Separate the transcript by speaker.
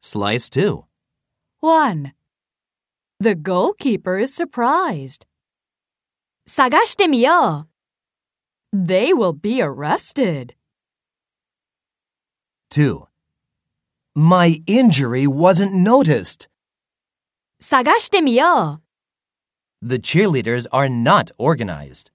Speaker 1: Slice 2.
Speaker 2: 1. The goalkeeper is surprised. 探してみよう They will be arrested.
Speaker 1: 2. My injury wasn't noticed.
Speaker 2: 探してみよう
Speaker 1: The cheerleaders are not organized.